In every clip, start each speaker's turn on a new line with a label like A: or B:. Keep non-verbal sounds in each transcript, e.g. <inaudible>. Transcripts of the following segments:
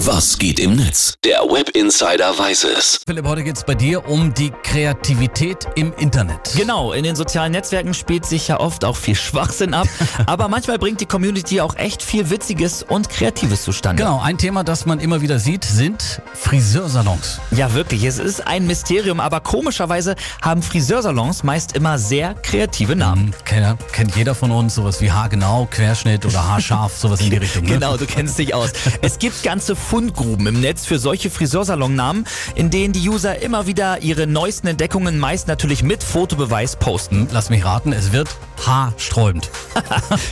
A: Was geht im Netz? Der Web Insider weiß es.
B: Philipp, heute geht es bei dir um die Kreativität im Internet.
C: Genau, in den sozialen Netzwerken spielt sich ja oft auch viel Schwachsinn <laughs> ab, aber manchmal bringt die Community auch echt viel Witziges und Kreatives zustande.
B: Genau, ein Thema, das man immer wieder sieht, sind Friseursalons.
C: Ja, wirklich, es ist ein Mysterium, aber komischerweise haben Friseursalons meist immer sehr kreative Namen.
B: Kennt, kennt jeder von uns sowas wie haargenau, Querschnitt oder haarscharf,
C: <laughs>
B: sowas in die Richtung. Ne?
C: <laughs> Genau, du kennst dich aus. Es gibt ganze Fundgruben im Netz für solche Friseursalonnamen, in denen die User immer wieder ihre neuesten Entdeckungen meist natürlich mit Fotobeweis posten.
B: Hm, Lass mich raten, es wird haarsträubend.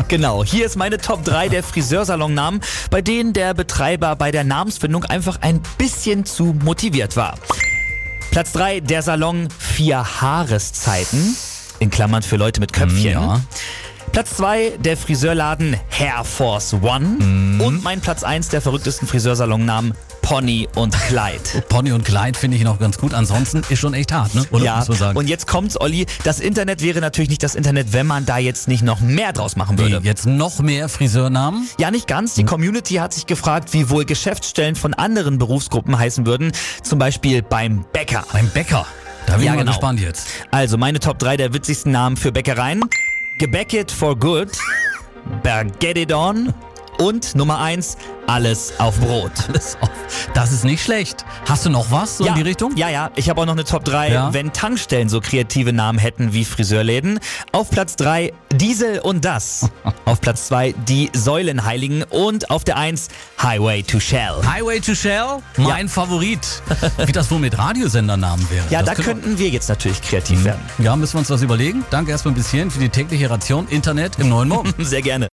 C: Genau, hier ist meine Top 3 der Friseursalonnamen, bei denen der Betreiber bei der Namensfindung einfach ein bisschen zu motiviert war. Platz 3, der Salon Vier Haareszeiten, in Klammern für Leute mit Köpfchen.
B: Hm, Mhm, ja.
C: Platz 2, der Friseurladen Hair Force One.
B: Mhm.
C: Und mein Platz 1 der verrücktesten Friseursalonnamen Pony und Kleid.
B: Pony und Kleid finde ich noch ganz gut, ansonsten ist schon echt hart, ne? Oder,
C: Ja,
B: muss man sagen.
C: und jetzt kommt's, Olli. Das Internet wäre natürlich nicht das Internet, wenn man da jetzt nicht noch mehr draus machen
B: Wie,
C: würde.
B: jetzt noch mehr Friseurnamen.
C: Ja, nicht ganz.
B: Hm.
C: Die Community hat sich gefragt, wie wohl Geschäftsstellen von anderen Berufsgruppen heißen würden. Zum Beispiel beim Bäcker.
B: Beim Bäcker. Da bin ich
C: Ja,
B: mal
C: genau.
B: gespannt jetzt.
C: Also meine Top 3 der witzigsten Namen für Bäckereien. Gebäcket for Good, Baguette it on und Nummer 1, alles auf
B: <laughs>
C: Brot.
B: Das, Oh, das ist nicht schlecht. Hast du noch was so in die Richtung?
C: Ja, ja. Ich habe auch noch eine Top 3,
B: Ja.
C: wenn Tankstellen so kreative Namen hätten wie Friseurläden. Auf Platz 3 Diesel
B: <laughs>
C: und das. auf Platz 2 die Säulenheiligen und auf der 1 Highway to Shell.
B: Highway to Shell, mein Favorit. Wie das wohl mit Radiosendernamen wäre.
C: Ja,
B: Das
C: da
B: könnte-
C: könnten wir jetzt natürlich kreativ werden. <laughs>
B: Ja, müssen wir uns das überlegen. Danke erstmal bis hierhin für die tägliche Ration Internet im neuen Morgen.
C: Sehr gerne.